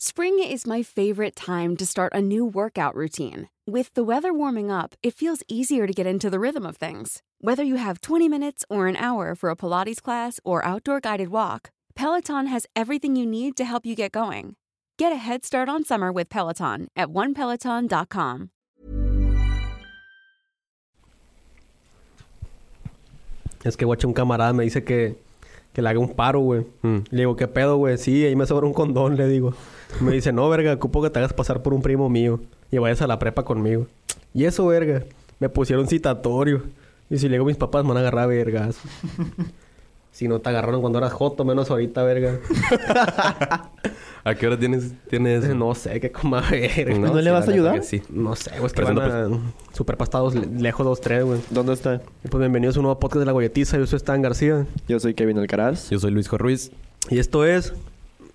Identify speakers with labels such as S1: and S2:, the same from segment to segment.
S1: Spring is my favorite time to start a new workout routine. With the weather warming up, it feels easier to get into the rhythm of things. Whether you have 20 minutes or an hour for a Pilates class or outdoor guided walk, Peloton has everything you need to help you get going. Get a head start on summer with Peloton at onepeloton.com.
S2: Es que, guacho, un camarada me dice que, que le haga un paro, güey.
S3: Mm.
S2: Le digo, ¿qué pedo, güey? Sí, ahí me sobra un condón, le digo. Me dice, no, verga, ocupo que te hagas pasar por un primo mío y vayas a la prepa conmigo. Y eso, verga, me pusieron citatorio. Y si le digo, mis papás me van a agarrar a vergas. si no te agarraron cuando eras joto, menos ahorita, verga.
S3: ¿A qué hora tienes, tienes eso?
S2: no sé, qué coma verga.
S4: ¿No le vas
S3: sí, la
S4: a
S3: neta
S4: ayudar?
S3: que Sí.
S2: No sé, güey, es que
S3: Pero pues
S2: van
S3: eso
S2: a... super pastados le- lejos dos, tres, güey.
S4: ¿Dónde está?
S2: Y pues bienvenidos a un nuevo podcast de La Golletiza. Yo soy Stan García.
S4: Yo soy Kevin Alcaraz.
S3: Yo soy Luis Ruiz.
S2: Y esto es...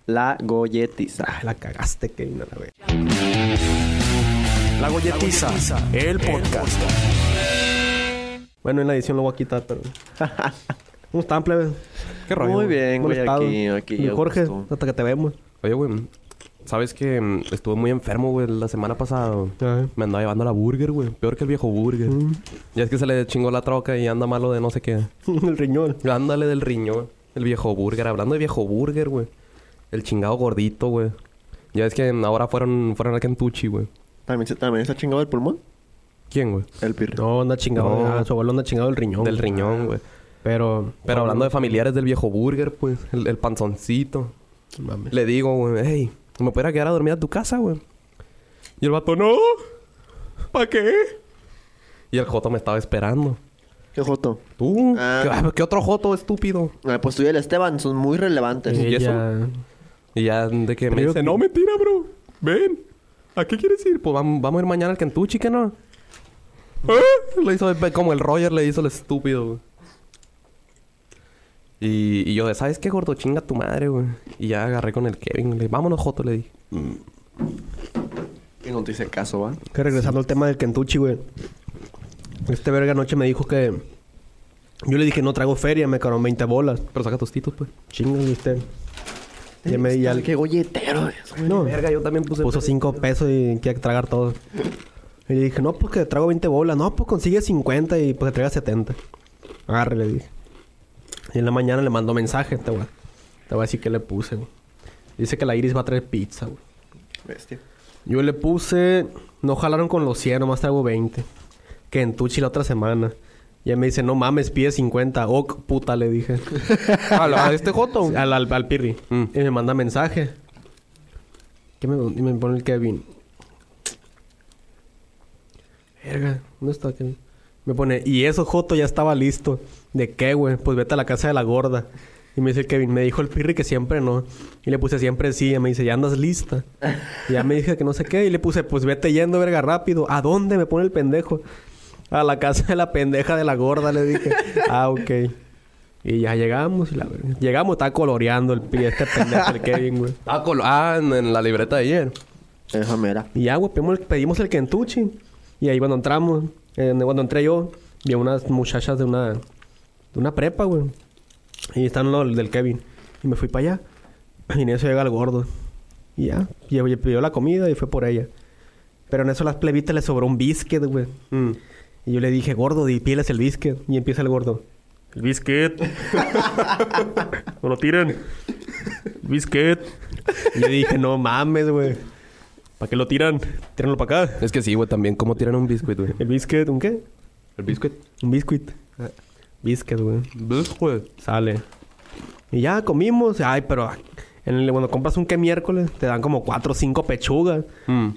S4: La Goyetiza.
S2: Ay, Ah, la cagaste, Kevin, a la verga.
S5: La Goyetiza, el podcast.
S2: Bueno, en la edición lo voy a quitar, pero... ¿Cómo están, plebes?
S3: Qué rollo.
S4: Muy
S3: güey.
S4: bien,
S2: Buen
S4: güey.
S2: estado.
S4: Aquí, aquí.
S2: Mi
S4: a
S2: Jorge,
S4: gusto.
S2: hasta que te vemos.
S3: Oye, güey. ¿Sabes que mm, estuve muy enfermo, güey, la semana pasada? güey? Me andaba llevando la burger, güey. Peor que el viejo burger. Ya es que se le chingó la troca y anda malo de no sé qué.
S2: El riñón.
S3: Ándale del riñón. El viejo burger. Hablando de viejo burger, güey. El chingado gordito, güey. Ya es que mm, ahora fueron, fueron al Kentucky, güey.
S4: ¿También, se- ¿También está chingado el pulmón?
S3: ¿Quién, güey?
S4: El pirro.
S2: No, anda chingado.
S3: No.
S2: ah, su abuelo anda chingado del riñón.
S3: Del riñón, güey.
S2: Pero...
S3: Pero hablando de familiares del viejo burger, pues, el, el panzoncito.
S2: Mames.
S3: Le digo, güey, hey, ¿me pudiera quedar a dormir a tu casa, güey? Y el vato, no. ¿Para qué? Y el Joto me estaba esperando.
S4: ¿Qué joto?
S3: ¿Tú?
S4: Ah.
S3: ¿Qué, ah, qué otro Joto, estúpido?
S4: Ah, pues tú y el Esteban son muy relevantes.
S3: Sí. ¿Y eso?
S2: Ella-
S3: Y ya de que me
S2: Pero-
S3: dice, no, mentira, bro. Ven. ¿A qué quieres ir? Pues vamos, vamos a ir mañana al Kentucky, ¿qué no? ¿Eh? Lo hizo el- como el Roger le hizo el estúpido, güey. Y, y yo, de, ¿sabes qué, gordo? Chinga tu madre, güey. Y ya agarré con el Kevin. Le dije, vámonos, Joto, le dije.
S4: Que no te hice caso, ¿va?
S2: Que regresando al tema del Kentucky, güey. Este verga anoche me dijo que... Yo le dije, no traigo feria, me caro 20 bolas.
S3: Pero saca tus titos, pues.
S2: Chingas, usted. Ya me... Ya...
S4: Tal que golletero es, güey.
S2: No.
S3: yo también puse...
S2: Puso 5 pesos y quiere tragar todo. Y le dije, no, pues que traigo 20 bolas. No, pues consigue 50 y pues que traiga 70. Agarre, le dije. Y en la mañana le mandó mensaje, te voy a, te voy a decir que le puse, güey. Dice que la Iris va a traer pizza, güey.
S4: Bestia.
S2: Yo le puse, no jalaron con los 100, nomás traigo 20. Que en Tuchi la otra semana. Y él me dice, no mames, pide 50. Ok, puta, le dije.
S3: ¿A este Joto?
S2: Al, al, al Pirri.
S3: Mm.
S2: Y me manda mensaje. ¿Qué me, y me pone el Kevin? Verga, ¿dónde está Kevin? Me pone, y eso, Joto, ya estaba listo. ¿De qué, güey? Pues vete a la casa de la gorda. Y me dice el Kevin, me dijo el Pirri que siempre no. Y le puse siempre sí. Y me dice, ya andas lista. Y ya me dije que no sé qué. Y le puse, pues vete yendo, verga, rápido. ¿A dónde? Me pone el pendejo. A la casa de la pendeja de la gorda, le dije. ah, ok. Y ya llegamos y la verga. Llegamos, estaba coloreando el pi- este pendejo, el Kevin, güey.
S3: Ah, col- ah, en, en la libreta eh. de ayer.
S4: Déjame era.
S2: Y ya, güey, pedimos, pedimos el Kentucky. Y ahí cuando entramos, eh, cuando entré yo, vi a unas muchachas de una, de una prepa, güey. Y están los del Kevin. Y me fui para allá. Y en eso llega el gordo. Y ya, y, y pidió la comida y fue por ella. Pero en eso a las plebitas le sobró un biscuit, güey. Y yo le dije, gordo, di pieles el biscuit. Y empieza el gordo. El biscuit. no lo tiren. Biscuit. Y yo dije, no mames, güey. ¿Para qué lo tiran? Tírenlo para acá.
S3: Es que sí, güey, también. ¿Cómo tiran un biscuit, güey?
S2: ¿El biscuit? ¿Un qué?
S3: El biscuit.
S2: Un biscuit. Biscuit, güey.
S3: Biscuit.
S2: Sale. Y ya comimos. Ay, pero en el- cuando compras un que miércoles, te dan como cuatro o cinco pechugas.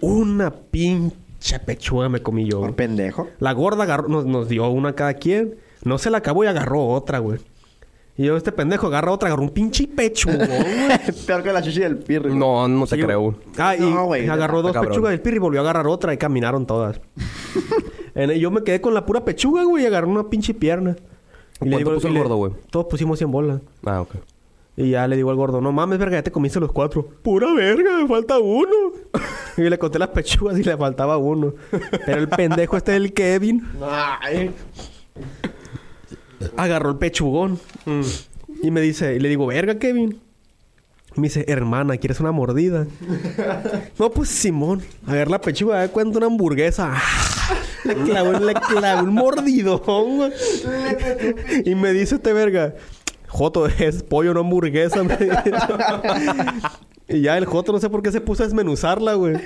S2: Una pinche pechuga me comí yo. güey.
S4: Por pendejo.
S2: La gorda agarró- nos, nos dio una a cada quien. No se la acabó y agarró otra, güey. Y yo, este pendejo agarra otra, agarró un pinche pechugón, güey.
S4: Peor que la chuchi del pirri. güey.
S3: No, no te creo.
S2: Ah, y
S4: No, güey.
S2: agarró
S3: Está
S2: dos
S3: cabrón.
S2: pechugas del pirri y volvió a agarrar otra y caminaron todas. En- yo me quedé con la pura pechuga, güey, y agarró una pinche pierna.
S3: ¿Cuánto puso el
S2: le-
S3: gordo, güey?
S2: Todos pusimos 100 bolas.
S3: Ah, ok.
S2: Y ya le digo al gordo, no mames, verga, ya te comiste los cuatro. Pura verga, me falta uno. y le conté las pechugas y le faltaba uno. Pero el pendejo este del Kevin
S4: Ay.
S2: agarró el pechugón. Y me dice, y le digo, verga, Kevin. Me dice, hermana, ¿quieres una mordida? no, pues Simón, agarra la pechuga, da cuenta una hamburguesa. Ah, le clavó, le clavó un mordidón, güey. y me dice este verga, Joto, es pollo, no hamburguesa. me dice. Y ya el Joto no sé por qué se puso a desmenuzarla, güey.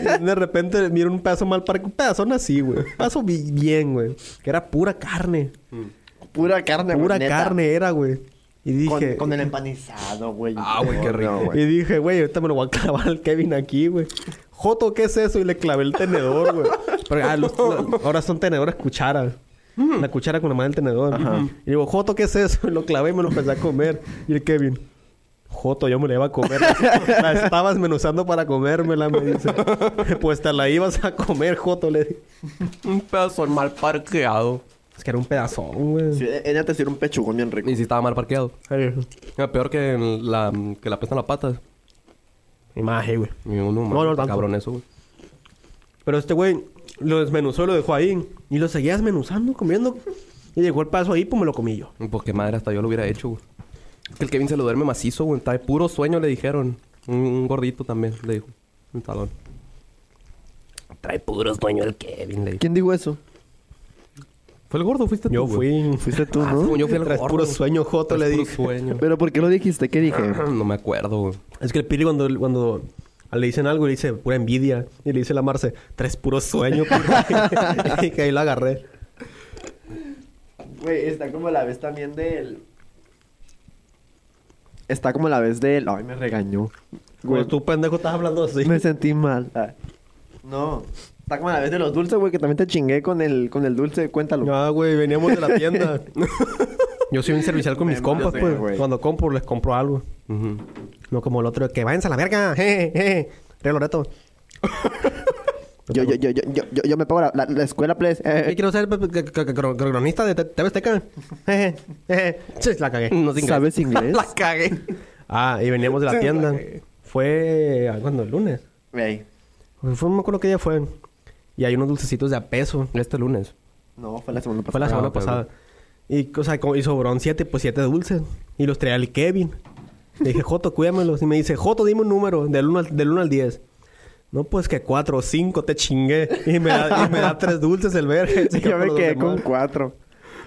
S2: Y De repente mira un pedazo mal para un pedazo así, güey. Un pedazo bi- bien, güey. Que era pura carne.
S4: Pura carne, güey,
S2: Pura
S4: neta.
S2: carne era, güey. Y
S4: Con,
S2: dije,
S4: con el empanizado, güey.
S3: Ah, güey, qué
S4: No,
S3: rico.
S4: no,
S2: y
S4: güey.
S2: dije, güey, ahorita me lo voy a clavar al Kevin aquí, güey. Joto, ¿qué es eso? Y le clavé el tenedor, güey. Pero ah, los- la- ahora son tenedores cuchara. La cuchara con la mano del tenedor. Y digo, Joto, ¿qué es eso? Y lo clavé y me lo empecé a comer. Y el Kevin, Joto, yo me la iba a comer. La estabas menuzando para comérmela, me dice. Pues te la ibas a comer, Joto, le dije.
S3: Un pedazo mal parqueado.
S2: Es que era un pedazón, güey.
S4: Sí, eh, neta, sí era un pechugón bien rico.
S3: Y si estaba mal parqueado.
S2: Ay,
S3: Era Ah, Peor que la, que la pesta en la pata.
S2: Imagen, güey.
S3: Y uno,
S2: No,
S3: man,
S2: no tanto.
S3: Cabrón eso, güey.
S2: Pero este güey lo desmenuzó, lo dejó ahí. Y lo seguía desmenuzando, comiendo. Y llegó el paso ahí, pues me lo comí yo.
S3: Y Pues qué madre, hasta yo lo hubiera hecho, güey. Es que el Kevin se lo duerme macizo, güey. Está de puro sueño, le dijeron. Un, un gordito también, le dijo. Un talón. Trae puro sueño el Kevin, le dijo.
S4: ¿Quién dijo eso?
S3: ¿Fue el gordo o fuiste tú,
S2: Yo
S3: güey?
S2: fui.
S4: Fuiste tú,
S3: Ah,
S4: ¿no?
S3: según yo fui el
S2: Traes
S3: gordo.
S2: puro sueño, Joto,
S3: Traes
S2: le
S3: puro
S2: dije.
S3: sueño.
S4: Pero ¿por qué lo dijiste? ¿Qué dije?
S3: no me acuerdo, güey.
S2: Es que el Piri cuando, cuando le dicen algo, le dice pura envidia. Y le dice la Marce, tres puros sueños. y que ahí lo agarré.
S4: Güey, está como la vez también del... Está como la vez del... Ay, me regañó.
S2: Güey, tú pendejo estás hablando así.
S4: Me sentí mal. Ah, No. Está como la vez de los dulces, güey, que también te chingué con el, con el dulce. Cuéntalo.
S2: Ah, güey, veníamos de la tienda. Yo soy un servicial con
S4: Me
S2: mis compas,
S4: mames,
S2: pues.
S4: güey.
S2: Cuando compro, les compro algo.
S3: Ujú.
S2: No como el otro, que váyanse a la verga. Je, je, je. Río Loreto.
S4: Yo, yo, yo, yo, yo, yo, yo me pago la, la- la escuela, please. Eh,
S2: Yo
S4: eh,
S2: quiero ser pe- pe- cr- cr- cr- cronista de Te- TV Azteca. Jeje, jeje. Sí, La cagué.
S3: No sé inglés.
S4: ¿Eh? ¿Sabes inglés?
S3: La cagué.
S2: Ah, y veníamos de la tienda. Fue... ah, ¿Cuándo? ¿El lunes?
S4: Güey.
S2: Pues Fue, no me acuerdo qué día fue. Y hay unos dulcecitos de a peso.
S3: Este lunes.
S4: No, fue la semana pasada.
S2: Fue la semana
S3: Ah, ok, ok.
S2: pasada. Y, o sea, como- y sobraron siete, pues siete dulces. Y los traía el Kevin. Le dije, Joto, cuídamelos. Y me dice, Joto, dime un número del 1 al, del uno al 10. No, pues que cuatro o cinco te chingué. Y me da, y me da tres dulces el verga.
S4: Sí, yo me
S2: Los
S4: quedé
S2: demás.
S4: con cuatro.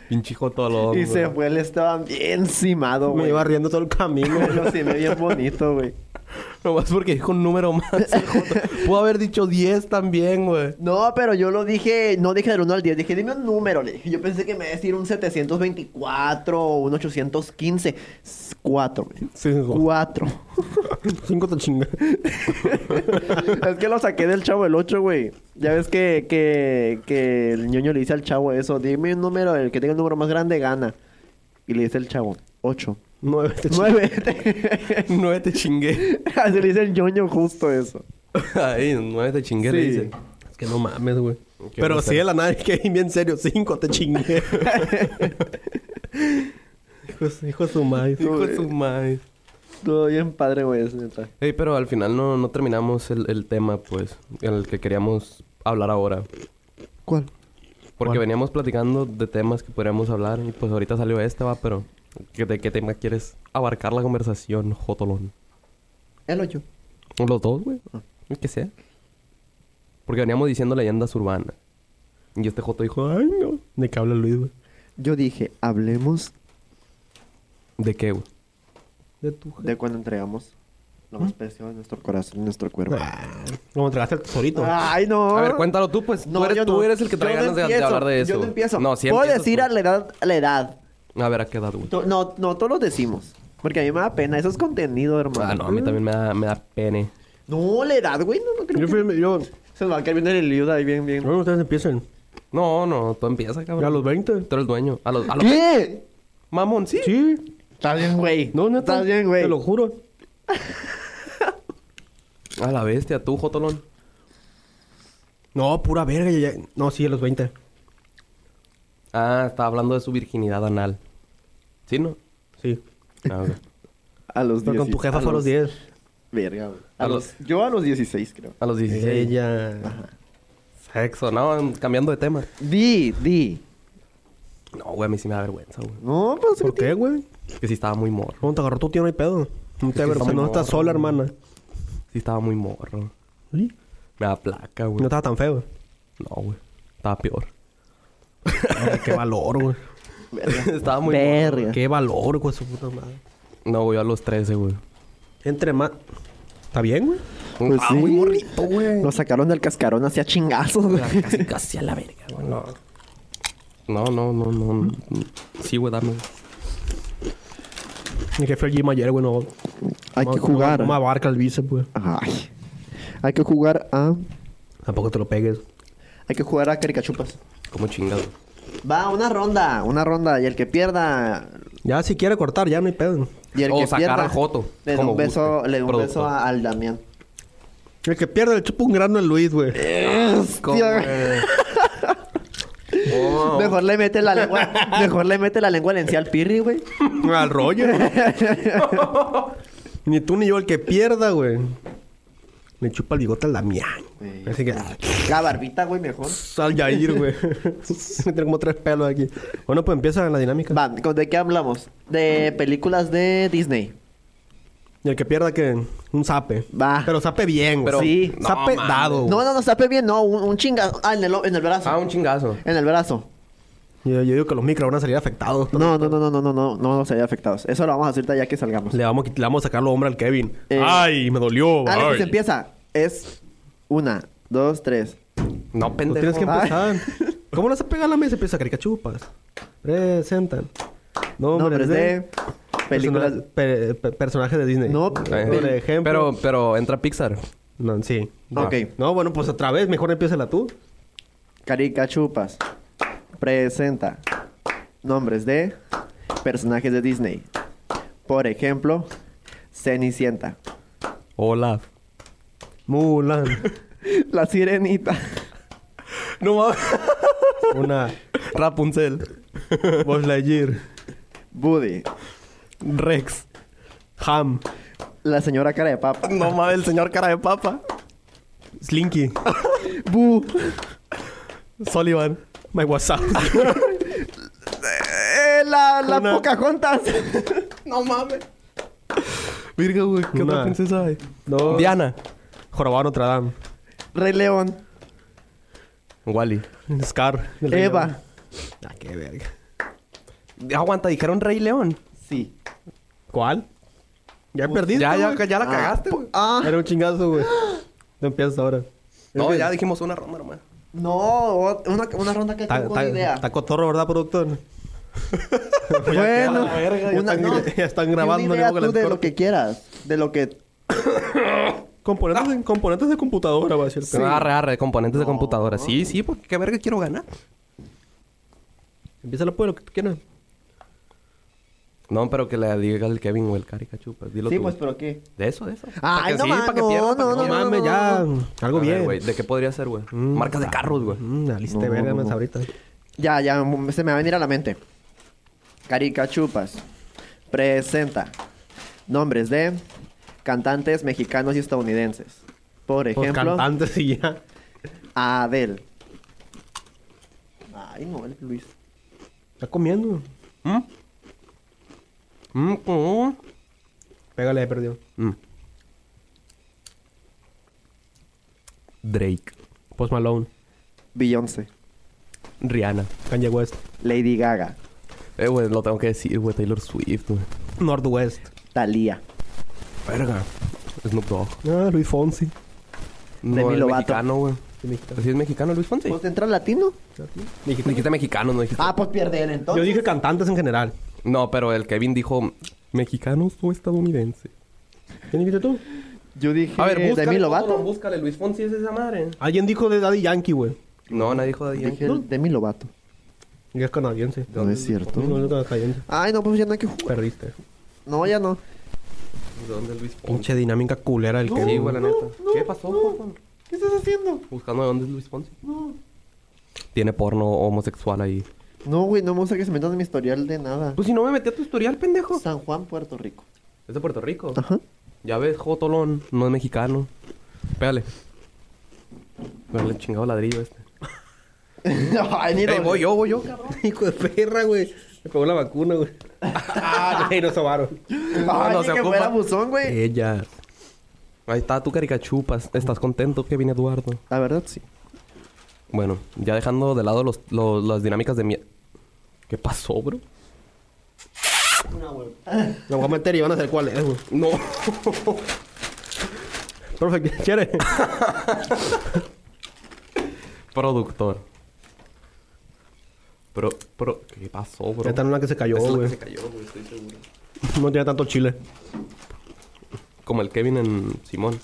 S3: Pinche todo lo.
S4: Y se fue, él estaba bien cimado,
S2: Me
S4: güey.
S2: iba riendo todo el camino.
S4: Me lo cimé bien bonito, güey.
S3: Nomás porque dijo un número más. el Joto. Pudo haber dicho 10 también, güey.
S4: No, pero yo lo dije, no dije del 1 al 10, dije, dime un número, le dije. Yo pensé que me iba a decir un 724 o un 815. S- Cuatro, güey.
S2: Sí, güey.
S4: Cuatro.
S2: Cinco te chingué.
S4: es que lo saqué del chavo el 8, güey. Ya ves que, que, que el ñoño le dice al chavo eso, dime un número, el que tenga el número más grande gana. Y le dice el chavo, 8.
S2: Nueve te chingué.
S4: 9.
S3: 9 te chingué.
S4: Así le dice el ñoño justo eso.
S3: Ahí, 9 te chingué, le
S4: Sí.
S3: dice.
S2: Es que no mames, güey.
S3: Qué
S2: Pero
S3: grosero.
S2: sí, de la nada, que bien serio. Cinco te chingué. hijo, de- hijo de su madre.
S3: Hijo de su madre.
S4: Todo bien padre, güey, eso, neta.
S3: Ey, pero al final no, no terminamos el, el tema, pues, el que queríamos hablar ahora.
S4: ¿Cuál?
S3: Porque veníamos platicando de temas que podríamos hablar y pues ahorita salió este, va, pero ¿qué- ¿de qué tema quieres abarcar la conversación, Jotolón?
S4: El 8.
S3: Los dos, güey. El que sea. Porque veníamos diciendo leyendas urbanas. Y este Joto dijo, ay, no.
S2: ¿De qué habla Luis, güey?
S4: Yo dije, hablemos
S3: ¿De qué, güey?
S2: De tu
S4: de cuando entregamos Lo
S2: ¿Mm?
S4: más preciado de nuestro corazón y nuestro cuerpo.
S2: Ah, Como entregaste el tesorito.
S3: Ah.
S4: Ay, no.
S3: A ver, cuéntalo tú, pues.
S4: Ah. No,
S3: tú eres,
S4: yo
S3: tú
S4: no.
S3: eres el que trae
S4: Yo no
S3: ganas de- de,
S4: empiezo.
S3: hablar de eso.
S4: Yo no empiezo.
S3: No, sí pues.
S4: Puedo
S3: empiezas
S4: decir
S3: tú.
S4: a la edad, a la edad.
S3: A ver, ¿a qué edad, güey?
S4: To- No, no, todos los decimos. Porque a mí me da pena. Eso es contenido, hermano.
S3: Ah, no, a mí también me da, me da pene.
S4: No, la edad, güey. No, no creo
S2: Yo,
S4: que-
S2: fui- yo,
S4: Se nos va a caer bien el liuda ahí, bien, bien.
S2: bueno, ustedes empiecen.
S3: No, no, tú empiezas, cabrón.
S2: ¿A los 20?
S3: Tú eres el dueño. A los... A los...
S4: ¿Qué?
S3: Mamón, sí.
S2: Sí.
S4: Está bien, güey.
S2: No, neta.
S4: Está bien, güey.
S2: Te lo juro.
S3: A la bestia, tú, Jotolón.
S2: No, pura verga. ya- ya- No, sí, a los 20.
S3: Ah, estaba hablando de su virginidad anal. ¿Sí, no?
S2: Sí.
S3: Ah, ok.
S4: A los 10.
S2: Pero con tu jefa fue a los 10.
S4: Verga, güey.
S3: A
S4: A
S3: los-
S4: los... Yo a los 16, creo.
S3: A los 16.
S2: Ella.
S3: Sexo, no, cambiando de tema.
S4: Di, di.
S3: No, güey, a mí sí me da vergüenza, güey.
S4: No, pues...
S2: ¿Por
S4: que
S2: qué, güey?
S3: Que sí estaba muy morro.
S2: ¿Cómo te agarró tu tío? No hay pedo. No te
S3: que está
S2: avergüenza.
S3: muy
S2: No estás sola,
S3: morro,
S2: hermana.
S3: Sí estaba muy morro.
S2: Sí.
S3: Me da placa, güey.
S2: No estaba tan feo.
S3: No, güey. Estaba peor.
S2: Ay, qué valor, güey.
S3: estaba muy morro.
S4: Verga.
S2: Qué valor, güey, su puta madre.
S3: No, güey, a los 13, güey.
S2: Entre más. ¿Está bien, güey?
S4: Pues
S3: ah,
S4: sí.
S3: muy morrito, güey.
S4: Lo sacaron del cascarón hacia chingazos, güey.
S3: Casi, casi a la verga, güey. No. No, no, no, no. no. Sí, güey, dame.
S2: Mi jefe al gym ayer, güey, no.
S4: Hay
S2: no-
S4: que
S2: no-
S4: jugar.
S2: No me abarca el bíceps, güey.
S4: Ay. Hay que jugar a...
S2: Tampoco te lo pegues.
S4: Hay que jugar a caricachupas.
S3: Como chingado.
S4: Va, una ronda. Una ronda. Y el que pierda...
S2: Ya, si quiere cortar, ya no hay pedo.
S4: Y el
S3: O
S4: que
S3: sacar
S4: pierda...
S3: al Joto,
S4: Le da
S3: como
S4: un beso,
S3: guste.
S4: le da un
S3: Producto.
S4: beso a- al Damián.
S2: El que pierde le chupa un grano al Luis, güey.
S4: Tío, Mejor le mete la lengua... mejor le mete la lengua lencia al pirri, güey.
S2: Al rollo. ni tú ni yo, el que pierda, güey. Me chupa el bigote al Damián. Así que. ah,
S4: La barbita, güey, mejor.
S2: Sal Yair, güey. Tiene como tres pelos aquí. Bueno, pues empieza la dinámica.
S4: Va, ¿con- ¿de qué hablamos? De películas de Disney.
S2: Y el que pierda, que. Un zape.
S4: Va.
S2: Pero zape bien, güey.
S3: Pero-
S4: Sí.
S3: No,
S2: Zape
S3: mames.
S2: dado, güey.
S4: No, no, no, sape bien, no, un, un chinga. Ah, en el, o- en el brazo.
S3: Ah, un chingazo.
S4: En el brazo.
S2: Yo, yo digo que los micros van a salir afectados.
S4: No, no, no, no, no, no, no, no nos hayan afectados. Eso lo vamos a hacer ya que salgamos.
S2: Le vamos, a quit- le vamos a sacar los hombros al Kevin.
S4: Eh.
S2: Ay, me dolió.
S4: Alex,
S2: ay.
S4: se empieza. Es una, dos, tres.
S3: No,
S2: Pues
S3: pendejo.
S2: tienes que
S4: Ah.
S2: empezar. ¿Cómo no se pega a la mesa? Empieza caricachupas. Presentan.
S4: Nombres de películas.
S2: Persona- pe- pe- personajes de Disney.
S4: Ah, No,
S3: Eh,
S2: Por ejemplo.
S3: Pero, pero entra Pixar.
S2: No, sí.
S4: Ok.
S2: No, bueno, pues otra vez. Mejor empiézala tú.
S4: Caricachupas. Presenta. Nombres de personajes de Disney. Por ejemplo, Cenicienta.
S3: Hola.
S2: Mulan.
S4: La sirenita.
S3: No mames.
S2: Una.
S3: Rapunzel.
S2: Buzz Lightyear.
S4: Buddy.
S2: Rex. Ham.
S4: La señora cara de papa.
S3: No mames, el señor cara de papa.
S2: Slinky.
S4: Bu.
S2: Sullivan. My WhatsApp.
S4: Eh, la la
S2: Una-
S4: Pocahontas.
S3: No mames. Virga, güey, ¿qué
S2: Una.
S3: otra princesa hay?
S2: Dos.
S3: Diana.
S2: Jorobado Notre Dame.
S4: Rey León.
S3: Wally. Eh.
S2: Scar. del Rey León.
S4: Eva.
S2: Ah, qué verga.
S3: Aguanta, dijeron Rey León.
S4: Sí.
S2: ¿Cuál? Ya perdiste.
S3: Ya, ya,
S2: güey.
S3: ya la cagaste, güey.
S4: Ah.
S2: Era un chingazo, güey. No empiezas ahora.
S3: No, ya dijimos una ronda nomás.
S4: No, o- una, una ronda que
S2: Está,
S4: tengo una
S2: está,
S4: idea.
S2: está cotorro, ¿verdad, productor? Pues
S4: bueno,
S2: ya
S4: una-
S2: están-
S4: no.
S2: ya están
S4: Y una
S2: grabando, ni
S4: idea
S2: modo que
S4: tú
S2: les
S4: de lo
S2: corte.
S4: que quieras, de lo que
S2: Componentes, en- componentes de computadora, va a decir. Ah, el pedo.
S3: Arre, arre, componentes de computadora. Sí, sí, porque qué verga quiero ganar.
S2: Empieza la pues, lo que tú quieras.
S3: No, pero que le diga al Kevin o el caricachupas. Dilo
S4: Sí,
S3: tú.
S4: pues pero qué.
S3: De eso, de eso.
S4: Ah,
S3: Pa' que
S4: ay, no
S3: sí,
S4: más,
S3: pa' que
S4: no,
S3: pierda, pa'
S4: no,
S3: que
S2: No,
S4: no,
S2: mames, ya. Algo
S3: A ver,
S2: bien.
S3: güey, ¿De qué podría ser, güey? Marcas de carros, güey.
S2: Mm, la lista de verga, más ahorita.
S4: Ya, ya mm, se me va a venir a la mente. Caricachupas. Presenta nombres de cantantes mexicanos y estadounidenses. Por
S2: Por
S4: ejemplo,
S2: cantantes y ya.
S4: Adel. Ay, no, el Luis.
S2: Está comiendo.
S3: ¿Mm? ¿Mm? ¿cómo?
S2: Pégale, ya perdió.
S3: Mm. Drake.
S2: Post Malone.
S4: Beyoncé.
S3: Rihanna.
S2: Kanye West.
S4: Lady Gaga.
S3: Eh, güey, lo tengo que decir, güey. Taylor Swift, güey.
S2: Northwest.
S4: Thalía.
S3: Verga. Snoop Dogg.
S2: Ah, Luis Fonsi.
S3: No,
S4: Demi
S3: es
S4: Lovato.
S3: mexicano, güey. ¿Sí es mexicano Luis Fonsi?
S4: ¿Vos te entras Pues, latino?
S3: Dijiste, dijiste mexicano, no dijiste...
S4: Ah, pues pierde él
S2: Yo
S4: entonces.
S2: dije cantantes en general.
S3: No, pero el Kevin dijo... ¿Mexicanos o estadounidense?
S2: ¿Quién dijiste tú?
S4: Yo dije
S3: A ver, búscale.
S4: Demi
S3: no,
S4: Lovato.
S3: Búscale, Luis Fonsi es esa madre.
S2: Alguien dijo de Daddy Yankee, güey.
S3: No, nadie dijo de
S4: Dije Demi Lovato.
S2: Y es canadiense.
S4: No es cierto.
S2: No, no es canadiense.
S4: Ay, no, pues ya no hay que jugar.
S2: Perdiste.
S4: No, ya no.
S3: ¿Dónde es Luis Fonsi?
S2: Pinche dinámica culera del
S3: Sí,
S2: Kevin.
S3: güey, la
S2: güey.
S3: neta. ¿Qué pasó, Juanjo?
S4: ¿Qué estás haciendo?
S3: Buscando de dónde es Luis Fonsi. Tiene porno homosexual ahí.
S4: No, güey, no me gusta que se metan en mi historial de nada.
S3: Pues si no me metí a tu historial, pendejo.
S4: San Juan, Puerto Rico.
S3: Es de Puerto Rico.
S4: Ajá.
S3: Ya ves, Jotolón, no es mexicano. Pégale. Pégale chingado ladrillo este.
S4: Ay, ni
S3: Ey,
S4: lo-
S3: voy yo, voy yo, cabrón.
S2: Hijo de perra, güey. Me pegó la vacuna, güey. Ah, no, se vararon.
S4: Ay,
S3: no
S4: ni
S3: se
S4: que
S3: ocupa. Eh.
S4: fuera buzón, güey.
S3: Ella. Ahí está tu caricachupas. ¿Estás contento que viene Eduardo?
S4: La verdad, sí.
S3: Bueno, ya dejando de lado los, los- las dinámicas de mi... ¿Qué pasó, bro?
S2: Lo voy a meter y van a saber cuál es, güey.
S3: No.
S2: Perfecto. ¿Quieres?
S3: Productor. Pro, pro, ¿Qué pasó, bro?
S2: Ya está en una que se cayó,
S3: Esa es la que
S2: güey.
S3: se cayó, güey, estoy seguro.
S2: No tiene tanto chile.
S3: Como el Kevin en Simón.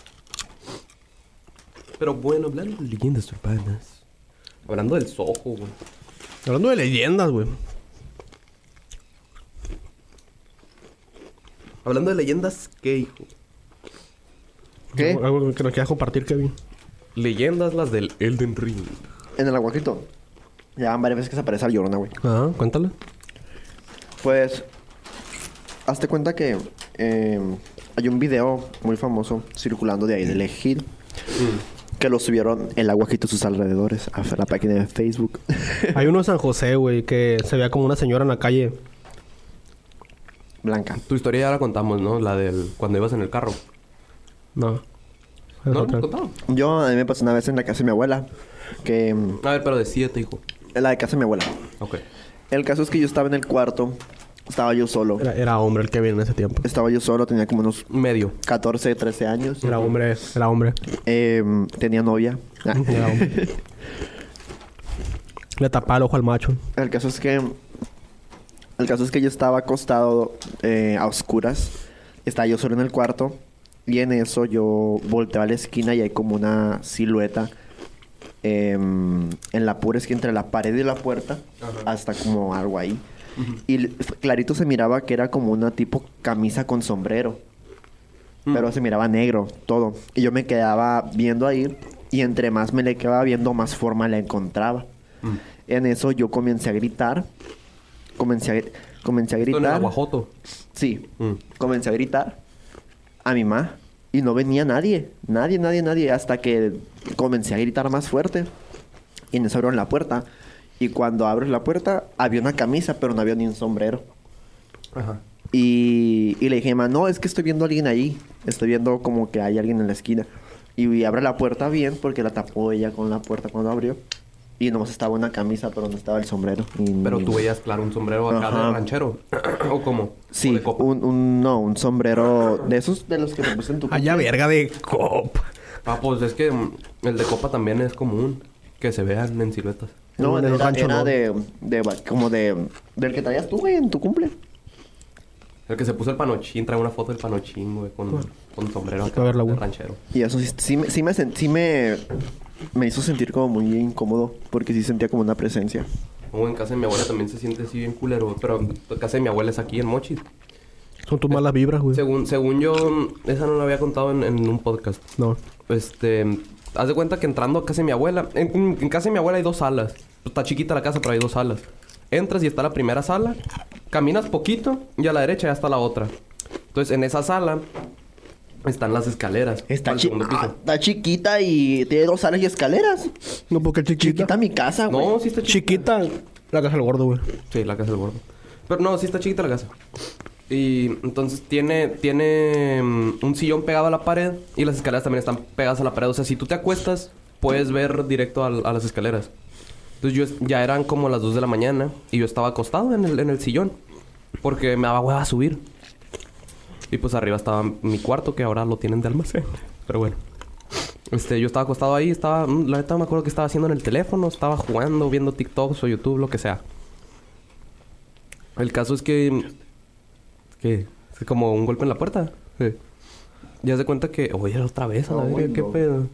S3: Pero bueno, hablando de leyendas urbanas. Hablando del sojo, güey.
S2: Hablando de leyendas, güey.
S3: Hablando de leyendas, ¿qué, hijo?
S4: ¿Qué?
S2: Algo que nos quieras compartir, Kevin.
S3: Leyendas las del Elden Ring.
S4: En el aguacito. Ya van varias veces que se aparece al llorona, güey.
S2: Ajá, Ah, cuéntale.
S4: Pues, hazte cuenta que eh, hay un video muy famoso circulando de ahí del Ejido
S3: Mm.
S4: que lo subieron el aguacito a sus alrededores a la página de Facebook.
S2: Hay uno en San José, güey, que se veía como una señora en la calle.
S4: Blanca.
S3: Tu historia ya la contamos, ¿no? La del cuando ibas en el carro.
S2: No. Es
S3: ¿No
S2: otra.
S3: la contamos?
S4: Yo, a mí me pasó una vez en la casa de mi abuela, que... mm,
S3: A ver, pero decídete, hijo.
S4: En la de casa de mi abuela.
S3: Ok.
S4: El caso es que yo estaba en el cuarto, estaba yo solo.
S2: Era, era hombre el Kevin en ese tiempo.
S4: Estaba yo solo, tenía como unos
S3: Medio.
S4: 14, 13 años.
S2: Era hombre, era hombre.
S4: Eh, tenía novia. Ah.
S2: Era hombre. Le tapaba el ojo al macho.
S4: El caso es que. El caso es que yo estaba acostado eh, a oscuras. Estaba yo solo en el cuarto. Y en eso yo volteo a la esquina y hay como una silueta. em, en la pura esquina, entre la pared y la puerta. Hasta como algo ahí. Y l- f- clarito se miraba que era como una tipo camisa con sombrero. Pero se miraba negro, todo. Y yo me quedaba viendo ahí. Y entre más me le quedaba viendo, más forma le encontraba. En eso yo comencé a gritar. Comencé a, gri- comencé a
S3: Esto en el
S4: gritar.
S3: aguajoto.
S4: Sí.
S3: Mm.
S4: Comencé a gritar a mi mamá. Y no venía nadie. Nadie, nadie, nadie. Hasta que comencé a gritar más fuerte. Y en eso abrieron la puerta. Y cuando abro la puerta, había una camisa, pero no había ni un sombrero.
S3: Ajá.
S4: Y, y le dije, mamá, no, es que estoy viendo a alguien allí. Estoy viendo como que hay alguien en la esquina. Y, abre la puerta bien porque la tapó ella con la puerta cuando abrió. Y nomás estaba una camisa, pero no estaba el sombrero. Y-
S3: Pero tú veías, claro, un sombrero acá
S4: Ajá.
S3: de ranchero. ¿O cómo? ¿O
S4: Sí,
S3: de copa?
S4: un, un- no, un sombrero de esos de los que te puse en tu...
S2: Allá verga de cop.
S3: Ah, pues es que mm, el de copa también es común. Que se vean en siluetas.
S4: No,
S2: En el
S4: era,
S2: rancho
S4: era
S2: no.
S4: de, de... Como de... Del que traías tú, güey, en tu cumple.
S3: El que se puso el panochín, trae una foto del panochín, güey, con, con sombrero acá.
S2: A ver, la
S3: de
S2: güey.
S3: ranchero.
S4: Y eso sí, sí me, sí me sen- sí me- me hizo sentir como muy incómodo porque sí sentía como una presencia.
S3: O en casa de mi abuela también se siente así bien culero, güey, pero en casa de mi abuela es aquí en Mochis.
S2: Son tus malas vibras, güey.
S3: Según, según yo, mm, esa no la había contado en, en un podcast.
S2: No.
S3: Este, mm, haz de cuenta que entrando a casa de mi abuela, en, en- en casa de mi abuela hay dos salas. Está chiquita la casa, pero hay dos salas. Entras y está la primera sala, caminas poquito y a la derecha ya está la otra. Entonces, en esa sala están las escaleras.
S4: Está,
S3: al
S4: chi-
S3: segundo
S4: ah,
S3: piso.
S4: está chiquita y tiene dos salas y escaleras.
S2: No, porque chiquita.
S4: Chiquita mi casa, güey.
S3: No, sí está chiquita.
S2: Chiquita. La casa del gordo, güey.
S3: Sí, la casa del gordo. Pero no, sí está chiquita la casa. Y entonces tiene, tiene mm, un sillón pegado a la pared y las escaleras también están pegadas a la pared. O sea, si tú te acuestas, puedes ver directo al- a, las escaleras. Entonces yo es- ya eran como las 2 de la mañana y yo estaba acostado en el, en el sillón porque me daba hueva a subir. Y pues arriba estaba mi cuarto, que ahora lo tienen de almacén. Pero bueno. Este, yo estaba acostado ahí, estaba... mm, La neta me acuerdo que estaba haciendo en el teléfono, estaba jugando, viendo TikToks o YouTube, lo que sea. El caso es que... ¿Qué? Es como un golpe en la puerta. Sí. Ya se cuenta que... Oye, era otra vez, a la
S4: No,
S3: verga, qué
S4: no.
S3: pedo.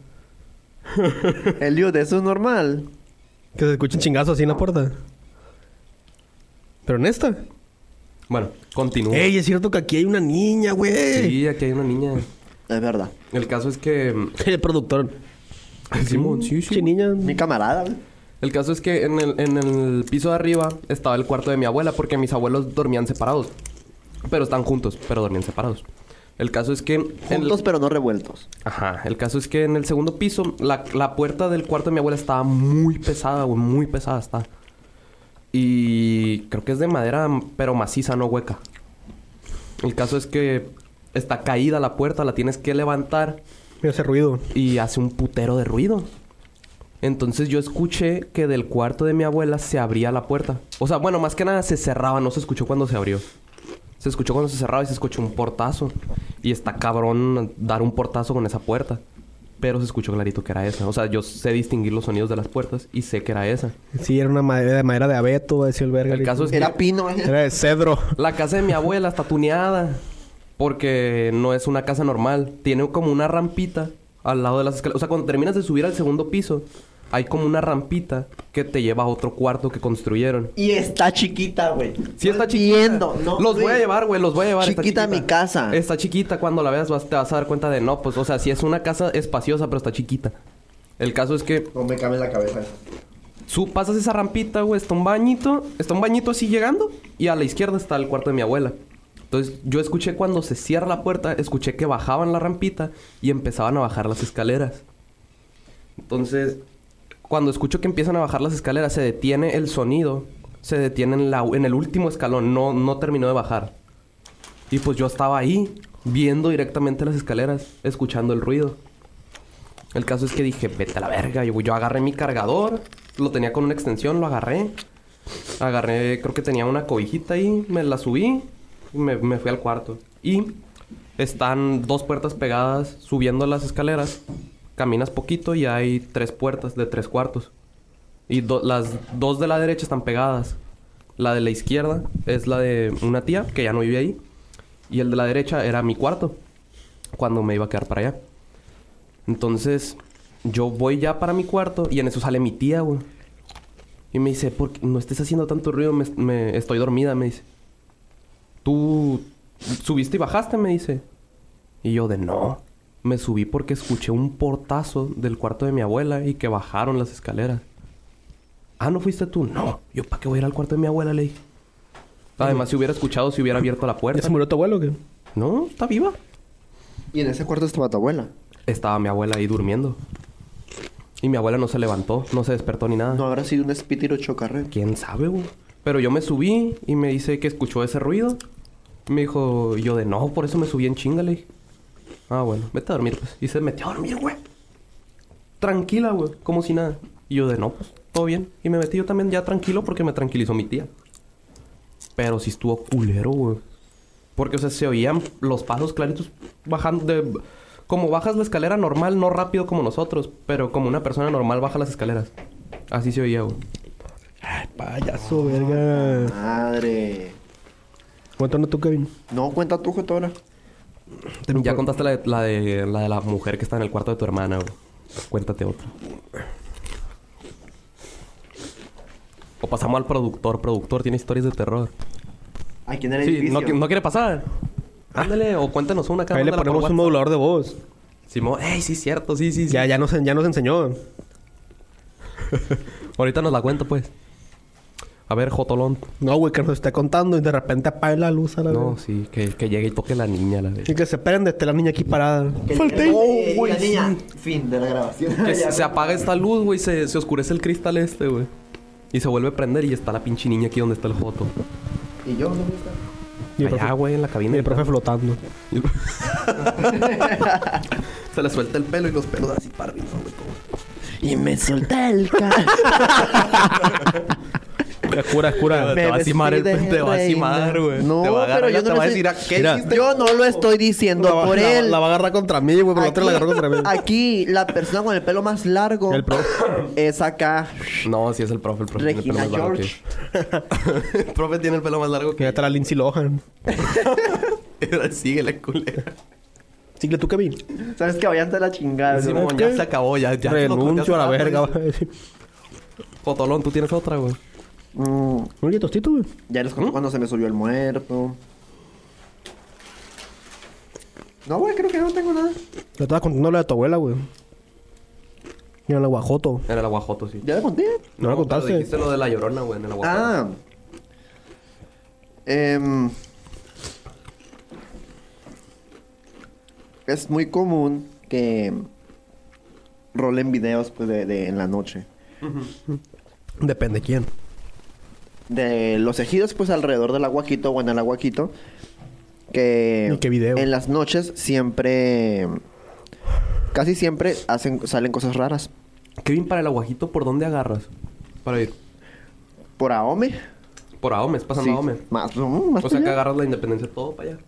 S4: Eliud, eso es normal.
S2: Que se escuche un chingazo así en la puerta. Pero en esta.
S3: Bueno, continúo.
S2: Ey, es cierto que aquí hay una niña, güey.
S3: Sí, aquí hay una niña.
S4: Es verdad.
S3: El caso es que... mm,
S2: El productor.
S3: Simón, sí,
S2: Che, niña.
S4: Mi camarada, güey.
S3: El caso es que en el, en el piso de arriba estaba el cuarto de mi abuela porque mis abuelos dormían separados. Pero están juntos, pero dormían separados. El caso es que... en el-
S4: Juntos pero no revueltos.
S3: Ajá. El caso es que en el segundo piso la, la puerta del cuarto de mi abuela estaba muy pesada, güey. Muy pesada está. Y creo que es de madera, pero maciza, no hueca. El caso es que está caída la puerta, la tienes que levantar
S2: Mira ese ruido.
S3: y hace un putero de ruido. Entonces yo escuché que del cuarto de mi abuela se abría la puerta. O sea, bueno, más que nada se cerraba, no se escuchó cuando se abrió. Se escuchó cuando se cerraba y se escuchó un portazo. Y está cabrón dar un portazo con esa puerta. Pero se escuchó clarito que era esa. O sea, yo sé distinguir los sonidos de las puertas y sé que era esa.
S2: Sí, era una madera de, madera de abeto, va a decir el verga.
S3: El caso es que
S4: Era pino, güey.
S2: Era de cedro.
S3: la casa de mi abuela está tuneada. Porque no es una casa normal. Tiene como una rampita al lado de las escaleras. O sea, cuando terminas de subir al segundo piso, hay como una rampita que te lleva a otro cuarto que construyeron.
S4: Y está chiquita, güey.
S3: Sí, está
S4: Estoy
S3: chiquita.
S4: viendo, no,
S3: los voy a
S4: güey.
S3: llevar, güey, los voy a llevar. está
S4: Chiquita mi casa.
S3: Está chiquita, cuando la veas vas, te vas a dar cuenta de no, pues, o sea, si es una casa espaciosa, pero está chiquita. El caso es que
S4: No me cabe en la cabeza.
S3: su, pasas esa rampita, güey, está un bañito, está un bañito así llegando y a la izquierda está el cuarto de mi abuela. Entonces yo escuché cuando se cierra la puerta, escuché que bajaban la rampita y empezaban a bajar las escaleras. Entonces, cuando escucho que empiezan a bajar las escaleras, se detiene el sonido, se detiene en, la, en el último escalón, no, no terminó de bajar. Y pues yo estaba ahí, viendo directamente las escaleras, escuchando el ruido. El caso es que dije, vete a la verga. Yo, yo agarré mi cargador, lo tenía con una extensión, lo agarré. Agarré, creo que tenía una cobijita ahí, me la subí y me, me fui al cuarto. Y están dos puertas pegadas subiendo las escaleras. Caminas poquito y hay tres puertas de tres cuartos. Y do- las dos de la derecha están pegadas. La de la izquierda es la de una tía que ya no vive ahí. Y el de la derecha era mi cuarto cuando me iba a quedar para allá. Entonces, yo voy ya para mi cuarto y en eso sale mi tía, güey. Y me dice, ¿por qué no estés haciendo tanto ruido? Me, me- estoy dormida, me dice. Tú subiste y bajaste, me dice. Y yo de no. Me subí porque escuché un portazo del cuarto de mi abuela y que bajaron las escaleras. Ah, ¿no fuiste tú? No. Yo, ¿para qué voy a ir al cuarto de mi abuela? Le dije. Además, si hubiera escuchado, si hubiera abierto la
S2: ¿Ya
S3: puerta.
S2: se murió tu abuelo o qué?
S3: No, está viva.
S4: Y en ese cuarto estaba tu abuela.
S3: Estaba mi abuela ahí durmiendo. Y mi abuela no se levantó, no se despertó ni nada.
S4: No habrá sido un espítiro chocarrero.
S3: ¿Quién sabe, güey? Pero yo me subí y me dice que escuchó ese ruido. Me dijo, yo de no, por eso me subí en chinga, le dije. Ah, bueno, vete a dormir, pues. Y se metió a dormir, güey. Tranquila, güey, como si nada. Y yo de no, pues, todo bien. Y me metí yo también ya tranquilo porque me tranquilizó mi tía. Pero sí estuvo culero, güey. Porque, o sea, se oían los pasos claritos bajando de... Como bajas la escalera normal, no rápido como nosotros, pero como una persona normal baja las escaleras. Así se oía, güey.
S2: Payaso, verga.
S4: Madre.
S2: Cuéntanos tú, Kevin.
S4: No, cuenta tú, Jotora.
S3: Ya contaste la de, la de la de la mujer que está en el cuarto de tu hermana, güey. Cuéntate otra. O pasamos al productor. Productor tiene historias de terror.
S4: ¿A quién era el
S3: Sí, no,
S4: edificio?
S3: qui- no quiere pasar. Ándale, o cuéntanos una. acá,
S2: Ah. Ahí le
S3: mándala por
S2: ponemos un
S3: WhatsApp.
S2: modulador de voz.
S3: Simón, ey, sí, cierto, sí, sí. sí.
S2: Ya, ya, nos, ya nos enseñó.
S3: Ahorita nos la cuenta, pues. A ver, Jotolón.
S2: No, güey, que nos está contando y de repente apaga la luz a la
S3: No,
S2: vez.
S3: sí, que, que llegue y toque la niña, la vez.
S2: Y que se prende, esté la niña aquí parada.
S4: Que-
S2: Falté.
S4: eh, eh,
S2: güey,
S4: la niña. Fin de la grabación.
S3: Oh, Que
S4: Ya.
S3: se, se apaga esta luz, güey, se, se oscurece el cristal este, güey. Y se vuelve a prender y está la pinche niña aquí donde está el Joto.
S4: ¿Y yo? ¿Dónde está?
S2: Y el
S3: Allá,
S2: profe-
S3: güey, en la
S2: y
S3: cabina.
S2: el profe flotando.
S3: Se le suelta el pelo y los pelos así para arriba, güey. como-
S4: Y me solté el ca...
S2: Es cura, es cura.
S4: Me
S3: te va a cimar, el,
S4: vestí de
S3: te va a
S4: reina.
S3: cimar, güey.
S4: No,
S3: te va a agarrar,
S4: pero yo no
S3: te
S4: lo
S3: va a
S4: estoy-
S3: decir, ¿a qué
S2: Mira.
S3: hiciste?
S4: Yo no lo estoy diciendo
S2: La va-
S4: por
S2: la-
S4: él.
S2: La va a agarrar contra mí, güey. Por la otra la agarró contra mí.
S4: aquí, la persona con el pelo más largo
S2: El profe.
S4: es acá.
S3: No, sí es el profe. El profe
S4: Regina
S3: tiene el pelo más
S4: George.
S3: largo que... el profe tiene el pelo más largo
S2: Que ya
S3: que...
S2: está la Lindsay Lohan.
S3: Sigue la culera.
S2: Sigle tú, Kevin.
S4: ¿Sabes que vayan a la chingada?
S3: Sí,
S4: güey.
S3: mon, ya se acabó, ya. ya te lo
S2: Pues, Renuncio a la
S3: contaste,
S2: verga.
S3: güey.
S2: va a decir.
S3: Potolón, tú tienes otra, güey.
S4: Mm,
S2: Oye, tostito, güey.
S4: ya les conté cuando se me subió el muerto. No, güey, creo que no tengo nada.
S2: Yo estaba contando lo de tu abuela, güey. Y en el Guajoto.
S3: En el aguajoto, sí.
S4: ¿Ya le conté?
S2: No, la
S3: pero
S2: contaste.
S3: Dijiste lo de la llorona, güey, en el aguajoto.
S4: Ah. Em, es muy común que rolen videos pues, de, de- en la noche.
S2: Depende quién.
S4: De los ejidos, pues alrededor del aguaquito o en el aguaquito. Que
S2: ¿Y qué video?
S4: en las noches siempre. Casi siempre hacen, salen cosas raras.
S3: Kevin, para el aguajito, ¿por dónde agarras? Para ir.
S4: Por Aome.
S3: Por Ahome, es pasando
S4: sí,
S3: Ahome.
S4: Más, no, más
S3: O sea
S4: allá.
S3: que agarras la independencia todo para allá.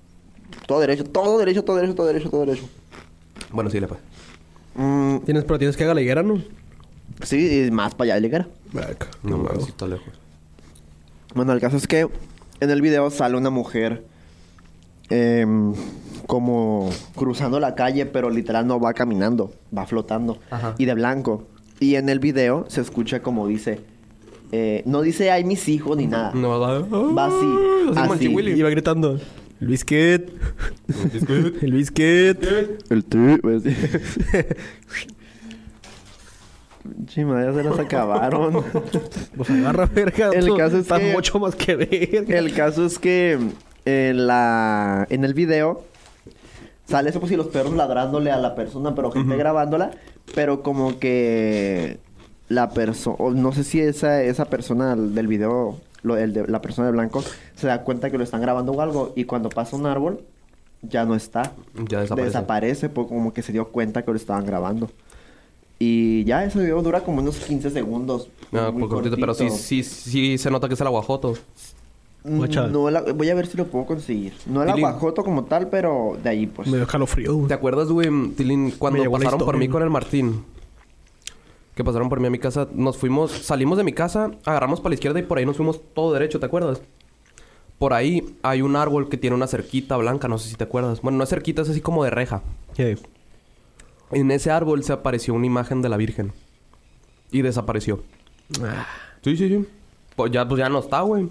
S4: Todo derecho, todo derecho, todo derecho, todo derecho, todo derecho.
S3: Bueno, sí, le pues.
S4: Mm,
S2: Tienes, pero tienes que haga la higuera, ¿no?
S4: Sí, y más para allá llegar.
S3: No mames, sí está lejos.
S4: Bueno, el caso es que en el video sale una mujer em, como cruzando la calle, pero literal no va caminando, va flotando
S3: Ajá.
S4: y de blanco. Y en el video se escucha como dice, eh, no dice ay mis hijos ni nada.
S3: No,
S4: Va así,
S3: como el
S4: así.
S3: chihuili.
S2: Iba gritando. Luis Kid. Luis Kid.
S4: El tri, pues, sí. Pinche madre, ya se las acabaron.
S2: Pues agarra verga.
S4: El
S2: tú.
S4: caso es
S2: Estás
S4: que-
S2: mucho más que verga.
S4: El caso es que en, la, en el video sale eso, pues, y los perros ladrándole a la persona, pero gente grabándola, pero como que la persona, no sé si esa, esa persona del video, lo- el de- la persona de blanco, se da cuenta que lo están grabando o algo, y cuando pasa un árbol, ya no está.
S3: Ya desaparece.
S4: Desaparece, pues, como que se dio cuenta que lo estaban grabando. Y ya ese video dura como unos 15 segundos.
S3: No,
S4: muy
S3: por Ah, cortito, pero sí,
S4: cortito.
S3: sí, sí se nota que es el aguajoto.
S6: Mm,
S2: Guacha.
S4: No, la- voy a ver si lo puedo conseguir. No el
S3: Tilín.
S4: aguajoto como tal, pero de ahí pues.
S2: Me dio calofrío, güey.
S3: ¿Te acuerdas, güey, Tilín, cuando
S2: Me llegó la
S3: pasaron por
S2: historia,
S3: mí
S2: ¿no?
S3: con el Martín? Que pasaron por mí a mi casa. Nos fuimos, salimos de mi casa, agarramos para la izquierda y por ahí nos fuimos todo derecho, ¿te acuerdas? Por ahí hay un árbol que tiene una cerquita blanca, no sé si te acuerdas. Bueno, no es cerquita, es así como de reja.
S2: Eh,
S3: En ese árbol se apareció una imagen de la Virgen. Y desapareció. Sí, sí, sí. Pues ya, pues ya no está, güey.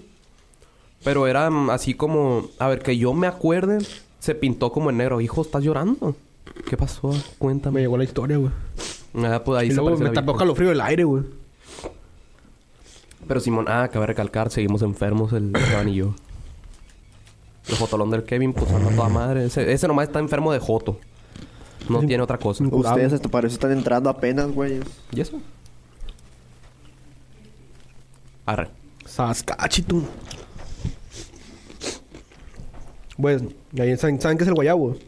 S3: Pero era mm, así como... A ver, que yo me acuerde, se pintó como en negro. Hijo, ¿estás llorando? ¿Qué pasó?
S2: Me
S3: Cuéntame.
S2: llegó la historia, güey.
S3: Ah, pues ahí
S2: Y
S3: se
S2: luego
S3: apareció
S2: me
S3: la
S2: tapó
S3: Virgen.
S2: calofrío el aire, güey.
S3: Pero Simón... Ah, cabe recalcar, seguimos enfermos el Esteban y yo. El jotolón del Kevin, pues anda toda madre. Ese, ese nomás está enfermo de joto. No tiene otra cosa.
S4: Ustedes hasta para eso están entrando apenas, güey.
S3: ¿Y eso? Arre.
S2: Saskachitun. Pues, y ahí saben, saben qué es el guayabo. Es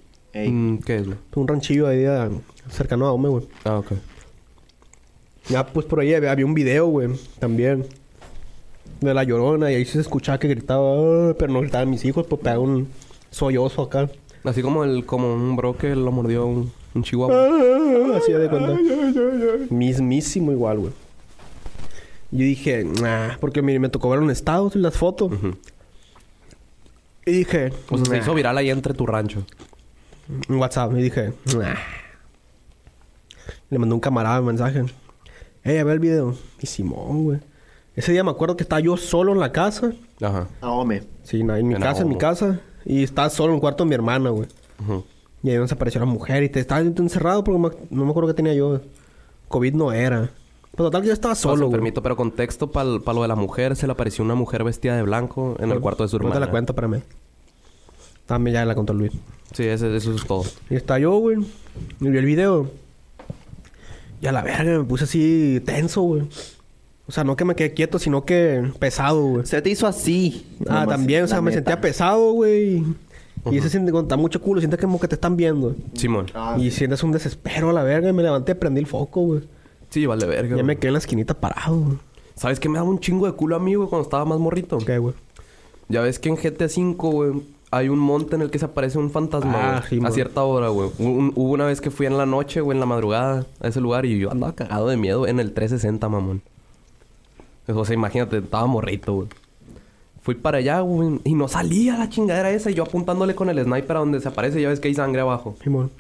S4: Ey.
S3: Mm, ¿Qué es, güey?
S2: un ranchillo ahí a- cercano a Ome, güey.
S3: Ah, ok.
S2: Ya, pues por ahí había, había un video, güey, también. De la llorona, y ahí sí se escuchaba que gritaba, "Ah", pero no gritaban mis hijos, pues pegaba un sollozo acá.
S3: Así como el como un bro que lo mordió un, un chihuahua.
S2: Ah, Así de cuenta. Mismísimo igual, güey. Yo dije, nah, porque mire, me tocó ver un estado y las fotos. Y dije,
S3: O sea, se
S2: "Nah".
S3: hizo viral ahí entre tu rancho.
S2: en WhatsApp y dije, "Nah". le mandó un camarada un mensaje. Ey, a ver el video. Y Simón, güey. Ese día me acuerdo que estaba yo solo en la casa.
S3: Ajá.
S4: Ah, hombre.
S2: Sí, no, en mi
S3: En
S2: casa, en mi
S3: Ahogo.
S2: casa. Y estaba solo en el cuarto de mi hermana, güey.
S3: Ujú.
S2: Y ahí nos apareció la mujer y te estaba encerrado porque me- no me acuerdo qué tenía yo. COVID no era. Pero total que yo estaba
S3: Solo,
S2: solo, güey.
S3: pero contexto para lo de la mujer. Se le apareció una mujer vestida de blanco en el cuarto de su hermana.
S2: te la cuento, para mí. También ya la contó Luis.
S3: Sí, ese- eso es todo.
S2: Y está yo, güey. Y vi el video. Y a la verga me puse así tenso, güey. O sea, no que me quedé quieto, sino que pesado, güey.
S4: Se te hizo así.
S2: Ah,
S4: Nomás,
S2: también, o
S4: la
S2: sea, me
S4: neta.
S2: sentía pesado, güey. Y ese siente cuando está mucho culo, sientes como que te están viendo.
S3: Simón.
S2: y sientes un desespero a la verga. Y me levanté, prendí el foco, güey.
S3: Sí, vale verga.
S2: Ya me
S3: güey.
S2: quedé en la esquinita parado, güey.
S3: ¿Sabes qué me daba un chingo de culo a mí, güey, cuando estaba más morrito?
S2: Ok, güey.
S3: Ya ves que en GTA V, güey, hay un monte en el que se aparece un
S2: Ah,
S3: fantasma, güey,
S2: sí,
S3: a
S2: mon.
S3: cierta hora, güey. Un- un- hubo una vez que fui en la noche, güey, en la madrugada a ese lugar y yo andaba cagado de miedo en el 360, mamón. O sea, imagínate, estaba morrito, güey. Fui para allá, güey, y no salía la chingadera esa. Y yo apuntándole con el sniper a donde se aparece, ya ves que hay sangre abajo.
S2: Simón.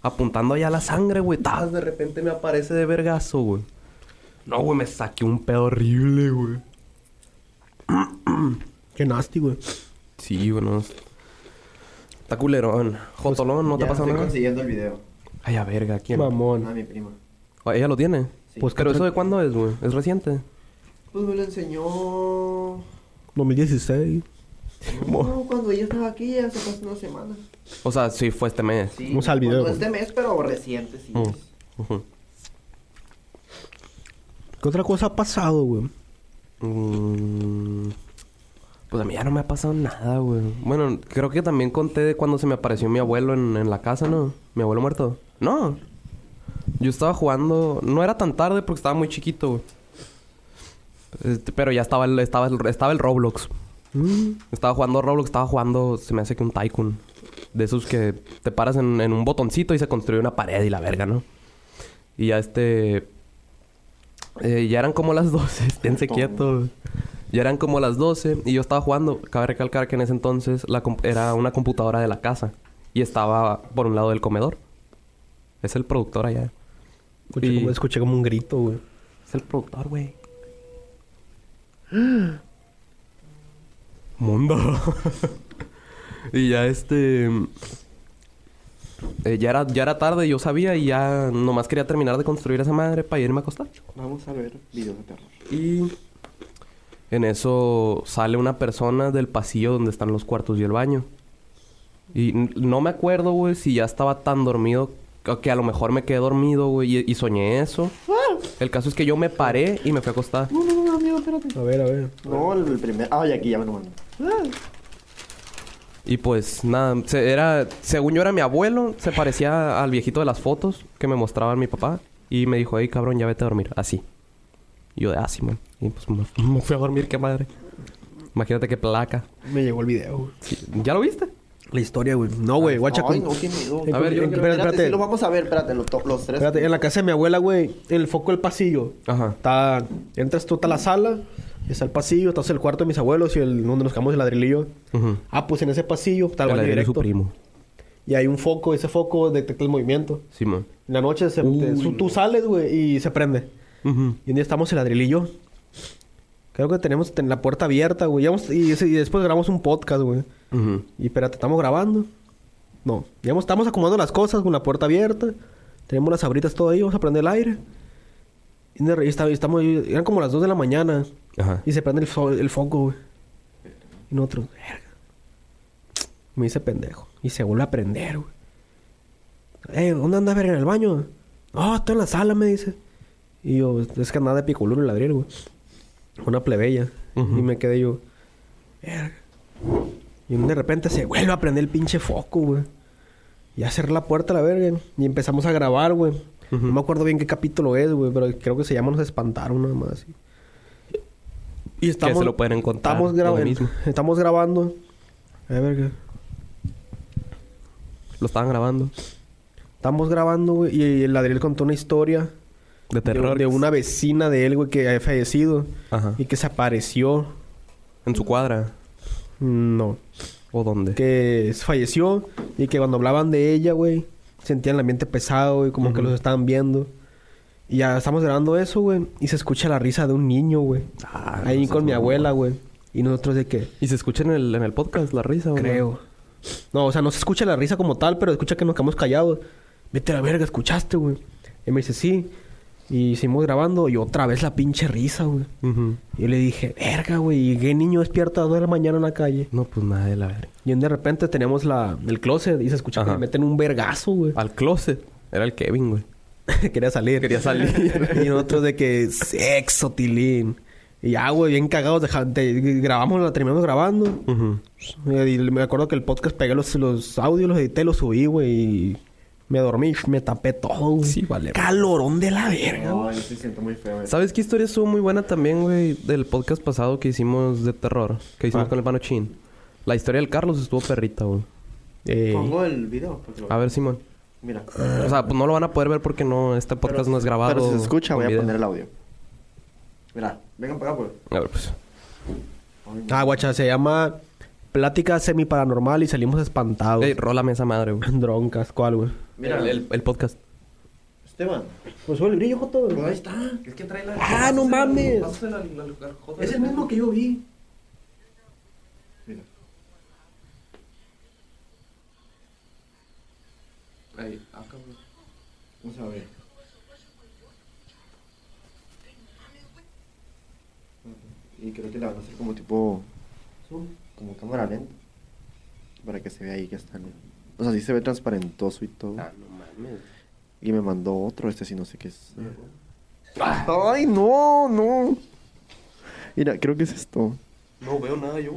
S3: Apuntando allá a la sangre, güey. tas, De repente me aparece de vergazo, güey. No, güey, me saqué un pedo horrible, güey.
S2: Qué nasty, güey.
S3: Sí, bueno. Está culerón.
S4: Pues,
S3: Jotolón, ¿no te ha pasado
S6: estoy
S3: nada?
S6: consiguiendo el video.
S3: Ay, a verga, ¿quién?
S6: Ah,
S2: Mamón.
S6: mi prima.
S3: Ah, ¿Ella lo tiene?
S2: Pues,
S3: ¿Pero
S2: ¿qué
S3: eso
S2: tra-
S3: de cuándo es, güey? ¿Es reciente?
S6: Pues me lo enseñó...
S2: 2016.
S6: No, cuando ella estaba aquí hace casi una semana.
S3: O sea, sí, fue este mes.
S6: Sí.
S2: Vamos al video,
S6: cuando
S2: güey. Oh.
S6: Este mes, pero reciente, sí.
S3: Mm. Ujú.
S2: ¿Qué otra cosa ha pasado, güey?
S3: Mm. Pues a mí ya no me ha pasado nada, güey. Bueno, creo que también conté de cuando se me apareció mi abuelo en, en la casa, ¿no? Mi abuelo muerto. No. Yo estaba jugando... No era tan tarde porque estaba muy chiquito, güey. Este, pero ya estaba el, estaba el, estaba el Roblox. Estaba jugando Roblox, estaba jugando... Se me hace que un Tycoon. De esos que te paras en, en un botoncito y se construye una pared y la verga, ¿no? Y ya este... eh, ya eran como las 12. Esténse quietos. güey. Ya eran como las 12 y yo estaba jugando. Cabe recalcar que en ese entonces la comp- era una computadora de la casa. Y estaba por un lado del comedor. Es el productor allá.
S2: Escuché,
S3: Y-
S2: como, escuché como un grito, güey.
S3: Es el productor, güey. Mundo. y ya este. eh, ya, era, ya era tarde, yo sabía y ya nomás quería terminar de construir esa madre para irme a acostar.
S6: Vamos a ver videos de terror.
S3: Y en eso sale una persona del pasillo donde están los cuartos y el baño. Y n- no me acuerdo, güey, si ya estaba tan dormido que- que a lo mejor me quedé dormido, güey, y, y soñé eso. El caso es que yo me paré y me fui a acostar.
S6: No, no, no, amigo, espérate.
S2: A ver, a ver.
S6: No, el primer... Ah, ya aquí ya me lo mandó.
S3: Y pues nada, se- era, según yo era mi abuelo, se parecía al viejito de las fotos que me mostraban mi papá. Y me dijo, hey cabrón, ya vete a dormir. Así. Y yo de así, man. Y pues me, me fui a dormir, qué madre. Imagínate qué placa.
S2: Me llegó el video, güey.
S3: ¿Ya lo viste?
S2: La historia, güey. No, güey. Guacha,
S6: Ay,
S2: con-
S6: no, qué miedo.
S2: A ver, yo-
S6: espérate,
S2: espérate, espérate.
S6: sí lo vamos a ver, espérate, los, to- los tres.
S2: Espérate, en la casa de mi abuela, güey, el foco del pasillo.
S3: Ajá.
S2: Está, entras tú a la sala, está el pasillo, está el cuarto de mis abuelos y el donde nos quedamos el ladrillo.
S3: Ujú.
S2: Ah, pues en ese pasillo está el
S3: El
S2: baño
S3: aire de
S2: directo.
S3: su primo.
S2: Y hay un foco, ese foco detecta el movimiento.
S3: Simón.
S2: En la noche se- te-
S3: Uy,
S2: su- tú sales, güey, y se prende. Y un día estamos el ladrillo. Creo que tenemos ten- la puerta abierta, güey. Llegamos- Y, ese- y después grabamos un podcast, güey.
S3: Ujú.
S2: Y espérate, estamos grabando. No, ya estamos acomodando las cosas con la puerta abierta. Tenemos las abritas todo ahí, vamos a prender el aire. Y de re- y está- y estamos, ahí, eran como las 2 de la mañana.
S3: Ajá.
S2: Y se prende el, fo- el foco, güey. Y nosotros, verga. Me dice pendejo. Y se vuelve a prender, güey. Eh, ¿dónde andas, verga? ¿En el baño? No, estoy en la sala, me dice. Y yo, es que andaba de picoluro en el ladrillo, güey. Una plebeya.
S3: Ujú.
S2: Y me quedé yo, verga. Y de repente se vuelve a prender el pinche foco, güey. Y a cerrar la puerta, la verga. Y empezamos a grabar, güey. No me acuerdo bien qué capítulo es, güey. Pero creo que se llama Nos Espantaron, nada más. Y estamos...
S3: se lo pueden encontrar
S2: Estamos, gra-
S3: hoy mismo.
S2: estamos grabando. A ver, ¿qué?
S3: Lo estaban grabando.
S2: Estamos grabando, güey. Y el Adriel contó una historia...
S3: De
S2: de-
S3: terror.
S2: De, una vecina de él, güey, que había fallecido.
S3: Ajá.
S2: Y que se apareció.
S3: En su cuadra.
S2: No.
S3: ¿O dónde?
S2: que s- falleció y que cuando hablaban de ella, güey, sentían el ambiente pesado y como que los estaban viendo. Y ya estamos grabando eso, güey, y se escucha la risa de un niño, güey.
S3: Ah, no
S2: Ahí
S3: seas
S2: con mi
S3: mamón.
S2: abuela, güey. Y nosotros de que,
S3: ¿Y se escucha en el, en el podcast la risa o no?
S2: creo. No, o sea, no se escucha la risa como tal, pero escucha que nos quedamos callados. Vete a la verga, escuchaste, güey. Y me dice, sí. Y seguimos grabando y otra vez la pinche risa, güey.
S3: Ujú.
S2: Y yo le dije, verga, güey, ¿y ¿qué niño despierta a las dos de la mañana en la calle?
S3: No, pues nada de la verga.
S2: Y de repente tenemos la, el closet y se escucha
S3: Ajá.
S2: que le meten un vergazo, güey.
S3: Al closet. Era el Kevin, güey.
S2: Quería salir. Quería salir. y nosotros de que sexo, tilín. Y ya, güey, bien cagados. deja- de- grabamos, la terminamos grabando.
S3: Ujú.
S2: Eh, Y me acuerdo que el podcast pegué los, los audios, los edité, los subí, güey. Y Me dormí, me tapé todo. güey.
S3: Sí, vale.
S2: Calorón de la verga.
S4: No, yo sí siento muy feo. güey.
S3: ¿Sabes qué historia estuvo muy buena también, güey? Del podcast pasado que hicimos de terror. Que
S2: Ah.
S3: hicimos con el pano chin. La historia del Carlos estuvo perrita, güey.
S2: Eh,
S6: Pongo el video. porque lo-
S3: A ver, Simón.
S4: Mira.
S2: Ah.
S3: O sea, pues no lo van a poder ver porque no... Este podcast no es grabado.
S4: Pero si se escucha,
S3: con
S4: voy a
S3: video.
S4: poner el audio. Mira, vengan para acá, pues.
S3: A ver, pues.
S2: ah, guacha, se llama Plática semiparanormal y salimos espantados.
S3: Ey, rólame esa madre, güey.
S2: Droncas, ¿cuál, güey?
S3: Mira, el, el- el podcast.
S4: Esteban.
S2: Pues sube el brillo, Joto.
S6: Pero ahí está. Es que trae la.
S2: Ah, no mames.
S6: Es el mismo que yo vi.
S4: Vamos a ver. Y creo que la van a hacer como tipo. Como cámara lenta. Para que se vea ahí que está. el- O sea, sí se ve transparentoso y todo.
S6: Ah,
S4: Y me mandó otro, este sí no sé qué es.
S6: pues.
S4: ¡Ay, no, no! Mira, creo que es esto.
S3: No veo nada yo,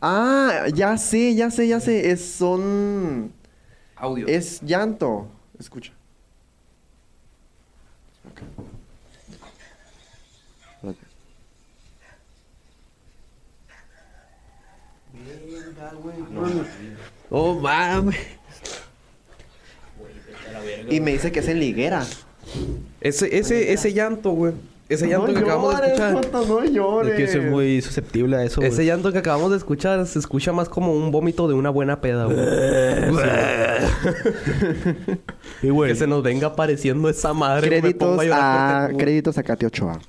S4: Ah, ya sé, ya sé, ya sé. Es son.
S3: Audio.
S4: Es llanto. Escucha. Ok. Espérate.
S2: Oh, mames.
S4: Y me dice que es en liguera.
S3: Ese, ese, ese llanto, güey. Ese llanto que acabamos de escuchar.
S4: no llores.
S2: Es que yo soy muy susceptible a eso, güey.
S3: Ese llanto que acabamos de escuchar se escucha más como un vómito de una buena peda, güey.
S2: Y, güey,
S3: que se nos venga apareciendo esa madre. güey, me
S4: Créditos
S3: pongo llorar
S4: a,
S3: porque-
S4: créditos a Katy Ochoa.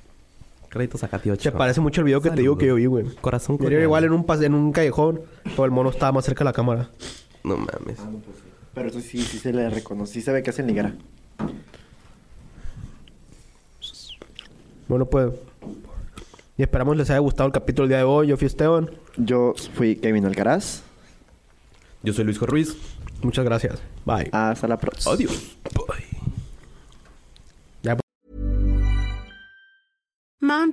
S3: Créditos a Cati
S2: se
S3: Ochoa.
S2: parece mucho al video que te digo
S3: Saludos.
S2: que yo vi, güey.
S3: Corazón
S2: Yo
S3: coreano.
S2: era igual en un, pas- en un callejón, pero el mono estaba más cerca de la cámara.
S3: No mames.
S4: Pero eso sí, sí se le reconoce. Sí se ve que es en liguera.
S2: Bueno, pues. Y esperamos les haya gustado el capítulo del día de hoy. Yo fui Esteban.
S4: Yo fui Kevin Alcaraz.
S3: Yo soy Luis Ruiz.
S2: Muchas gracias. Bye.
S4: Hasta la próxima.
S3: Adiós. Bye.
S7: Mom